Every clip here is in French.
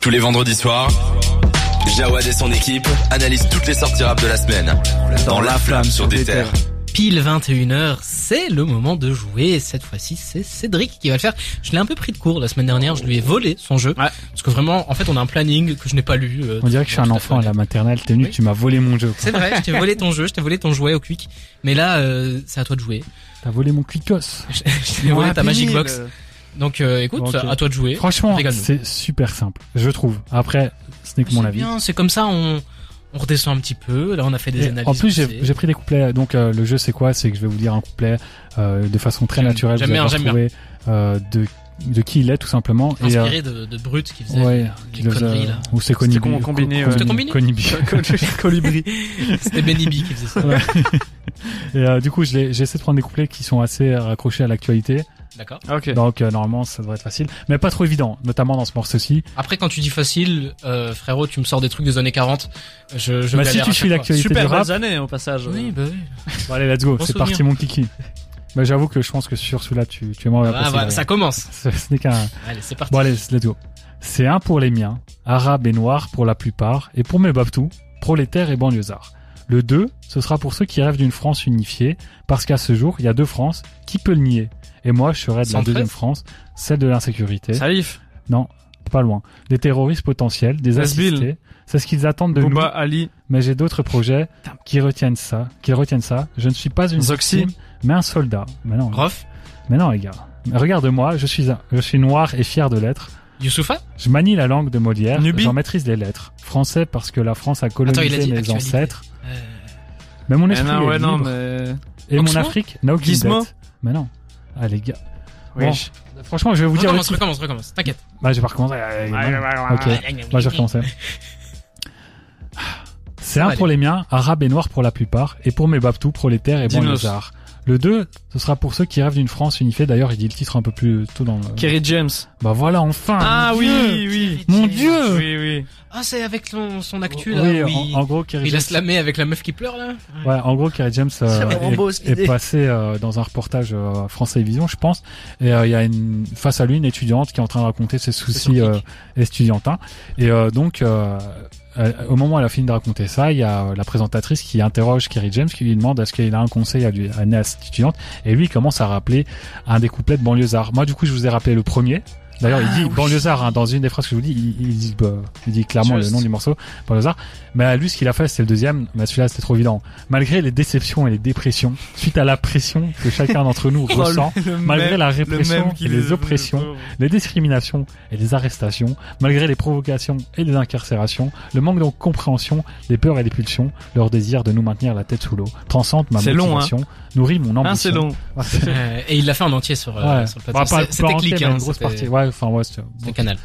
Tous les vendredis soirs, Jawad et son équipe analysent toutes les sorties rap de la semaine dans La Flamme sur des terres. Pile 21h, c'est le moment de jouer. Et Cette fois-ci, c'est Cédric qui va le faire. Je l'ai un peu pris de court la semaine dernière. Je lui ai volé son jeu. Ouais. Parce que vraiment, en fait, on a un planning que je n'ai pas lu. euh, On dirait que je suis un tout à enfant à fait. la maternelle. T'es venu, Oui. tu m'as volé mon jeu. quoi. C'est vrai, je t'ai volé ton jeu, je t'ai volé ton jouet au quick. Mais là, euh, c'est à toi de jouer. T'as volé mon Quickos. Je t'ai volé ta Magic Box. Donc euh, écoute, Bon, ok. à toi de jouer. Franchement, Régale-nous. c'est super simple, je trouve. Après, ce n'est que mon C'est avis. bien, c'est comme ça, on, on redescend un petit peu. Là, on a fait des Et analyses. en plus, j'ai poussées. j'ai pris des couplets. Donc, euh, le jeu, c'est quoi C'est que je vais vous dire un couplet euh, de façon très J'aime- naturelle. j'aime vous allez bien, j'aime retrouver, euh, de, de qui il est, tout simplement. Et, euh, inspiré de, de Brut qui faisait ouais, euh, des qui le faisait, conneries là. euh, Ou c'est Connie C'était B- combiné, Co- ouais. C'était combiné Connie B. Colibri. C'était Benny B qui faisait ça. Et euh, du coup, je l'ai- j'ai essayé de prendre des couplets qui sont assez raccrochés à l'actualité. D'accord. Ah, Ok. Donc, euh, normalement, ça devrait être facile. Mais pas trop évident, notamment dans ce morceau-ci. Après, quand tu dis facile, euh, frérot, tu me sors des trucs des années 40. Je, je Bah, galère si à tu chaque suis fois. l'actualité du Super rap, bonnes années au passage. Oui, bah oui. Bon, allez, let's go. Bon c'est souvenir. parti, mon kiki. Bah, j'avoue que je pense que sur celui-là, tu, tu es mort. Ah, voilà, ça commence. Ce ce n'est qu'un. Allez, c'est parti. Bon, allez, let's go. C'est un pour les miens, arabe et noir pour la plupart, et pour mes babtous, prolétaires et banlieusards. Le 2, ce sera pour ceux qui rêvent d'une France unifiée, parce qu'à ce jour, il y a deux France, qui peut le nier Et moi, je serai de la 113? deuxième France, celle de l'insécurité. Salif, Non, pas loin. Des terroristes potentiels, des Nasbil. assistés. C'est ce qu'ils attendent de nous Booba, Ali, mais j'ai d'autres projets qui retiennent ça, qui retiennent ça. Je ne suis pas une Zoxy. victime, mais un soldat. Mais non, Rof, mais non, les gars. Regarde-moi, je suis un- je suis noir et fier de l'être. Youssoufa Je manie la langue de Molière, Nubi. j'en maîtrise les lettres. Français parce que la France a Attends, il a colonisé dit mes actualité. ancêtres. euh, Mais mon Eh esprit non, est ouais, non, libre. mais. euh, et mon Oxmo Afrique n'a aucune Gizmo. dette. Mais non. Ah les gars, Oui. Bon. franchement, je vais vous dire. le Recommence, titre. recommence, recommence. T'inquiète. Ah, Bah, j'ai pas recommencé. Euh, non. Ok. Moi, je vais recommencer. C'est un Allez. pour les miens, arabe et noir pour la plupart, et pour mes babtous, prolétaires et Dinos. banlieusards. Le 2, ce sera pour ceux qui rêvent d'une France unifiée. D'ailleurs, il dit le titre un peu plus tôt dans le... Kerry James. Bah voilà, enfin Ah mon oui, Dieu oui. Mon Dieu Oui, oui. Ah, c'est avec son, son actu là. Oui, où en, il, en gros, Kerry il a James, slamé avec la meuf qui pleure là. ouais, en gros, Kerry James euh, C'est vraiment est, beau, cette est idée. passé euh, dans un reportage euh, français Vision, je pense, et euh, il y a une, face à lui une étudiante qui est en train de raconter ses soucis sur euh, estudiantins, et euh, donc euh, euh, au moment où elle a fini de raconter ça, il y a euh, la présentatrice qui interroge Kerry James, qui lui demande est-ce qu'il a un conseil à, lui, à donner à cette étudiante, et lui il commence à rappeler un des couplets de banlieusard. Moi du coup je vous ai rappelé le premier. D'ailleurs, il Ah, dit oui. banlieusard hein, dans une des phrases que je vous dis, il, il dit, bah, il dit clairement Juste. le nom du morceau banlieusard. Mais lui, ce qu'il a fait, c'était le deuxième. Mais celui-là, c'était trop évident. Malgré les déceptions et les dépressions, suite à la pression que chacun d'entre nous Oh, ressent, malgré la répression et les oppressions, les discriminations et les arrestations, malgré les provocations et les incarcérations, le manque de compréhension, les peurs et les pulsions, leur désir de nous maintenir la tête sous l'eau, transcende ma C'est long, motivation, nourrit mon ambition. Hein, c'est long. Ouais, c'est- Euh, et il l'a fait en entier sur, euh, ouais. sur le Bah, plateau. pas- C'est- pas C'était entier, clic, mais hein. une grosse c'était- partie. Ouais, enfin, ouais, c'était- C'était canal.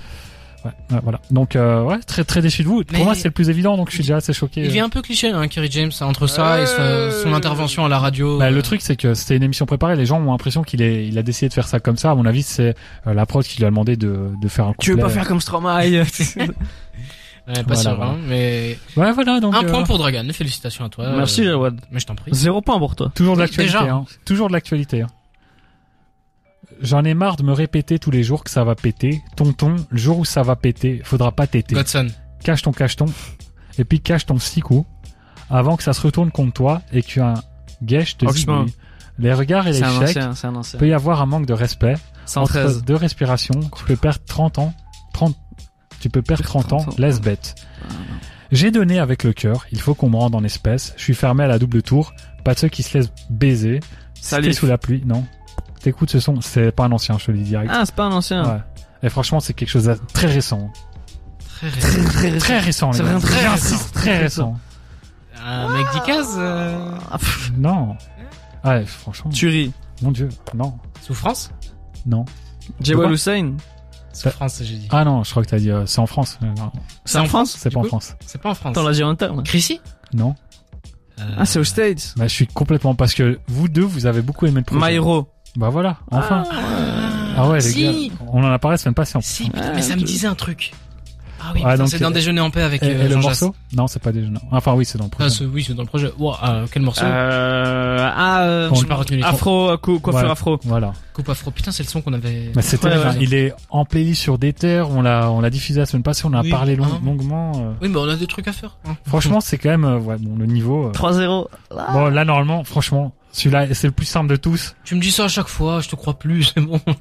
ouais, ouais, voilà. Donc, euh, ouais, très, très déçu de vous. Mais- Pour moi, c'est le plus évident, donc je suis déjà assez choqué. euh, Il vient un peu cliché, hein, Kerry James, entre ça et son, son intervention à la radio. Bah, euh, le truc, c'est que c'était une émission préparée. Les gens ont l'impression qu'il est, il a décidé de faire ça comme ça. À mon avis, c'est euh, la prod qui lui a demandé de, de faire un Tu veux pas couplet. faire comme Stromae ouais, pas Voilà, sûr, voilà. hein, mais Ouais, voilà. Donc, un euh, point pour Dragan. Félicitations à toi. Merci, euh, Jawad. Mais je t'en prie. Zéro point pour toi. toujours de Oui, l'actualité. déjà. hein. Toujours de l'actualité. hein. J'en ai marre de me répéter tous les jours que ça va péter. Tonton, le jour où ça va péter, faudra pas téter. Godson. Cache ton cacheton. Et puis cache ton six coups. Avant que ça se retourne contre toi et que un guèche te Oxmo. zigouille. Les regards et les C'est un chèques. ancien, c'est un ancien. Peut y avoir un manque de respect. Entre 113. deux respirations, tu peux perdre 30 ans. 30, tu peux perdre 30 ans, 30 ans. laisse bête. J'ai donné avec le cœur, il faut qu'on me rende en espèce. Je suis fermé à la double tour, pas de ceux qui se laissent baiser. T'es Salif. sous la pluie, non. T'écoutes ce son, c'est pas un ancien, je te le dis direct. Ah, c'est pas un ancien. Ouais. Et franchement, c'est quelque chose de très récent. Très récent. Très récent, les C'est gars. vraiment très J'insiste, très récent. Un mec d'Icaz euh, Ah, pff, Non. Ouais, franchement, Tu ris. mon dieu, non, Souffrance non. Jawad Hussein. Souffrance, j'ai dit. Ah non, je crois que t'as dit, euh, c'est en France. Euh, non, C'est en France c'est Du pas en coup France. C'est pas en France. Attends, là, j'ai un terme. Chrissy Non. Euh, Ah, c'est aux States. Bah, je suis complètement parce que vous deux, vous avez beaucoup aimé le projet. Myro. Bah voilà, enfin. Ah, Ah, ouais, les si. gars, on en a parlé la semaine passée. En plus. Si, putain, mais ça me disait un truc. Ah oui, Ah, putain, donc, c'est dans euh, Déjeuner en paix avec Et, et euh, le Jean morceau Non, c'est pas des jeunes. Enfin oui, c'est dans le Jass. Ah, projet. c'est- oui, c'est dans le projet. Ouah, euh, quel ah, morceau Euh, euh, ah, euh, Bon, J'ai pas retenu les sons. afro, euh, cou- coiffure Voilà. afro. Voilà. Coupe afro. Putain, c'est le son qu'on avait. Bah, c'était, Ouais, ouais. enfin, Il est en playlist sur des terres. On l'a, on l'a diffusé la semaine passée. On en a Oui. parlé long- Ah. longuement. euh. Oui, mais on a des trucs à faire. hein. Franchement, c'est quand même euh, ouais, bon, le niveau. euh. 3-0. Ah. Bon, là normalement, franchement, celui-là, c'est le plus simple de tous. Tu me dis ça à chaque fois, je te crois plus, c'est bon.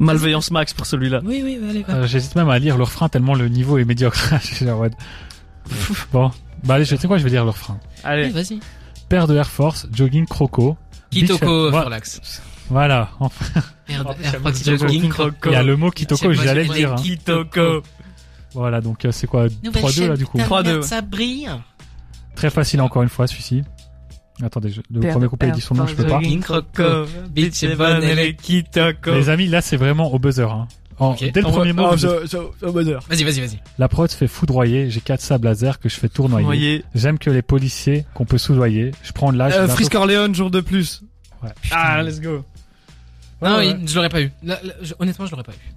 Malveillance max pour celui-là. Oui, oui, allez, va. Euh, J'hésite même à lire le refrain tellement le niveau est médiocre. Je suis genre, ouais. bon, bah allez, je sais quoi, je vais lire le refrain. Oui, Allez. vas-y. Paire de Air Force, jogging croco. Kitoko Beach- euh, Voilà. Forlax. Voilà. Enfin, Merde, plus, Air j'avais Fox oublié le Jogging Jogging Croco. il y a le mot Kitoko, C'est moi, j'allais le je dire. l'ai hein. dit. Kitoko. Voilà, donc euh, c'est quoi 3-2 là du coup 3-2, ouais. Ça brille. Très facile encore une fois celui-ci. Attendez, je- le premier couplet il dit son nom, je peux pas. Jogging Croco. Bitch est bonne, elle est Kitoko. Ah, Les amis, là c'est vraiment au buzzer. hein. En- Ok. Dès le premier mot, vous êtes- Vas-y, vas-y, vas-y. la prod se fait foudroyer, j'ai quatre sables laser que je fais tournoyer. Voyez. J'aime que les policiers qu'on peut soudoyer. Ah, Je prends de l'âge. Euh, d'un Frisk Orléans, jour de plus. Ouais. Ah, let's go. non, ouais. oui, je l'aurais pas eu. Là, là, je- honnêtement, je l'aurais pas eu.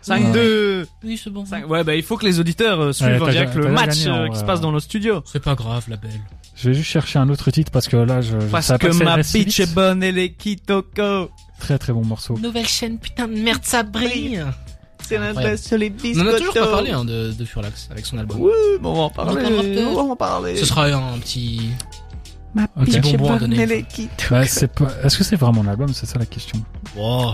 5, 2, Oui, c'est bon. 5. Ouais, bah, il faut que les auditeurs euh, suivent Ouais, t'as en direct déjà- le t'as déjà match gagné, euh, en qui vrai. se passe dans nos studios. C'est pas grave, la belle. Je vais juste chercher un autre titre parce que là, je, je Parce savais pas que ça ma allait si bitch vite. est bonne, elle est Kitoko. Très très bon morceau. Nouvelle chaîne, putain de merde, ça brille. C'est Incroyable. l'adresse sur les On en biscottos. a toujours pas parlé hein, de, de Furlax avec son album. Ouais, mais on va en On en parle parler. peut-être. On va en parler. Ce sera un petit. Ma Ok. bitch Petit est bonbon à bonne, donner. elle est Kitoko. Bah, c'est pas... Est-ce que c'est vraiment un album C'est ça la question. Wow.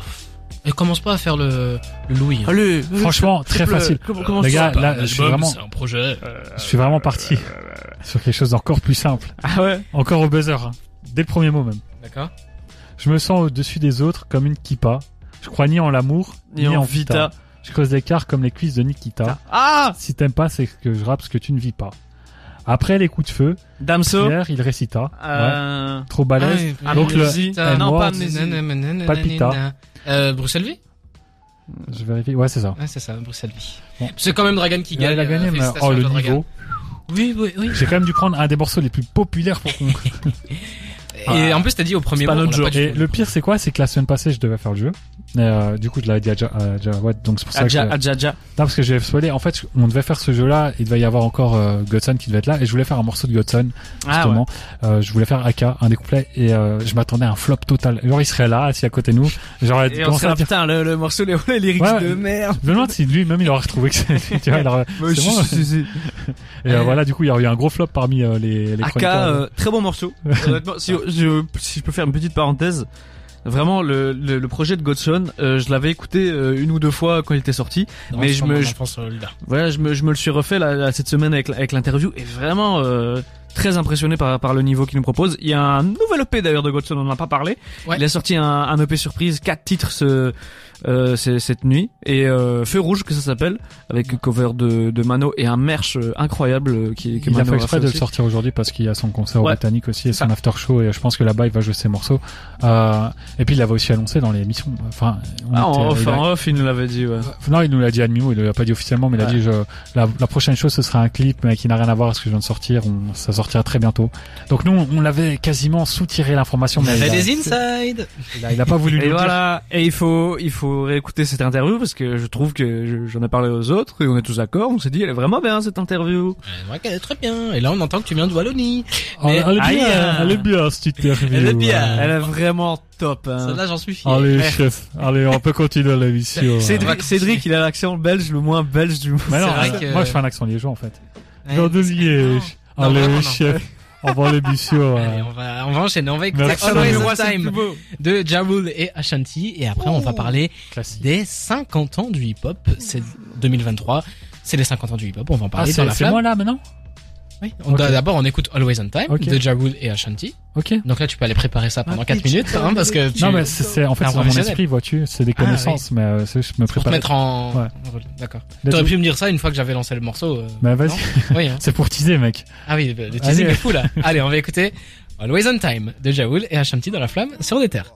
Et commence pas à faire le, le Louis. hein. Allez, Franchement, très triple- facile. Comment, comment Les ça gars, Euh, C'est pas là, un je suis album, vraiment- C'est un projet. euh, Je suis vraiment parti sur quelque chose d'encore plus simple. Ah ouais. Encore au buzzer. hein. Dès le premier mot même. D'accord. Je me sens au-dessus des autres comme une kippa. Je crois ni en l'amour, ni, en vita. Je creuse l'écart comme les cuisses de Nikita. Ah Si t'aimes pas, c'est que je rappe ce que tu ne vis pas. Après les coups de feu, Damso. hier, il récita. Ouais. Euh... Trop balèze. Ah, Donc le- Amnésie. Putain, Elle non, mord. pas oui. amnésie. Nananana. Palpita. Euh, Bruxelles V Je vérifie. Ouais, c'est ça. Ouais, c'est ça, Bruxelles V. Bon. C'est quand même Dragon qui gagne. il a euh, gagné, mais félicitations oh à le toi, Dragan. niveau. Oui, oui, oui. J'ai quand même dû prendre un des morceaux les plus populaires pour qu'on. Et en plus, t'as dit au premier C'est pas mot, on notre l'a Ah. jeu. pas du Et tout. le pire, c'est quoi C'est que la semaine passée, je devais faire le jeu. Mais, euh, du coup, je l'avais dit à Ja- à Jawad, donc c'est pour ça Adja, que. Non, Adja, Adja. parce que j'ai spoilé. En fait, on devait faire ce jeu-là. Il devait y avoir encore euh, Godson qui devait être là, et je voulais faire un morceau de Godson Ah ouais. justement. Euh, je voulais faire AK, un des couplets, et euh, je m'attendais à un flop total. Genre, il serait là, assis à côté de nous. Genre, il Et on commencerait serait à là, dire. putain, le, le morceau, les, les lyrics Ouais, ouais. de merde. Je me demande si lui-même il aurait retrouvé que c'est. Tu vois, il aurait- Ouais, c'est si, bon. si, si, si. Et euh, voilà, du coup, il y aurait eu un gros flop parmi euh, les, les AK, chroniqueurs. euh, très bon morceau. Honnêtement, si, je, si je peux faire une petite parenthèse, vraiment le, le, le projet de Godson, euh, je l'avais écouté euh, une ou deux fois quand il était sorti. Non, mais c'est je pas me- mon je- enfance, euh, là. Voilà, je me, je me le suis refait là, là, cette semaine avec, avec l'interview et vraiment euh, très impressionné par, par le niveau qu'il nous propose. Il y a un nouvel EP d'ailleurs de Godson, on n'en a pas parlé. Ouais. Il a sorti un, un EP surprise, quatre titres ce, euh, c'est- cette nuit et euh, Feu Rouge que ça s'appelle avec une cover de, de Mano et un merch euh, incroyable euh, qui, que Il a Mano fait exprès de le aussi. sortir aujourd'hui parce qu'il y a son concert Ouais. au Britannique aussi et son after show et je pense que là-bas il va jouer ses morceaux. Euh, et puis il l'avait aussi annoncé dans l'émission. Enfin, on Ah, était- euh, en off, il a- en off, il nous l'avait dit. Ouais. non, il nous l'a dit à demi-mot, il l'a pas dit officiellement, mais il a Ouais. dit je, la, la prochaine chose ce sera un clip mais qui n'a rien à voir avec ce que je viens de sortir, on, ça sortira très bientôt. Donc nous on l'avait quasiment soutiré l'information, mais il Fais a, des inside. il a- il a pas voulu nous Et le dire. voilà, et il faut il faut réécouter cette interview parce que je trouve que je- j'en ai parlé aux autres et on est tous d'accord, on s'est dit elle est vraiment bien cette interview. Ouais, ouais, très bien. Et là, on entend que tu viens de Wallonie. Oh, Mais- elle est Aïe, bien, hein. elle est bien cette interview. Elle est bien. Ouais. Elle est vraiment top. hein. Là, j'en suis fier. Allez Ouais. chef, allez on peut continuer l'émission. On va Cédric, continuer. Cédric, il a l'accent belge le moins belge du monde. Mais non, C'est vrai que- moi je fais un accent liégeois en fait. Ouais. Dans deux lièges. Non, Allez, vraiment, non. chef. Au revoir, les bichons. Allez, on va, on va enchaîner. On va écouter Merci. Always Le the roi, Time beau. de Ja Rule et Ashanti. Et après, on va parler Classique. des 50 ans du hip-hop. C'est 2023. C'est les 50 ans du hip-hop. On va en Ah, parler dans c'est la c'est flamme. moi là maintenant Oui. On doit- Ok. D'abord, on écoute Always on Time Ok. de Ja Rule et Ashanti. Ok. Donc là, tu peux aller préparer ça pendant Ah, 4 bitch. minutes, hein, parce que tu, Non, mais c'est- c'est en fait Un c'est dans mon professionnel. esprit, vois-tu. C'est des Ah, connaissances, mais euh, c'est- je pour me te prépare. mettre en, Ouais. d'accord. Let's T'aurais go. pu me dire ça une fois que j'avais lancé le morceau. euh, Bah, vas-y. non Oui, hein. C'est pour teaser, mec. Ah oui, le teasing est Allez. fou là. Allez, on va écouter Always on Time de Jaoul et Ashanti dans la flamme sur des terres.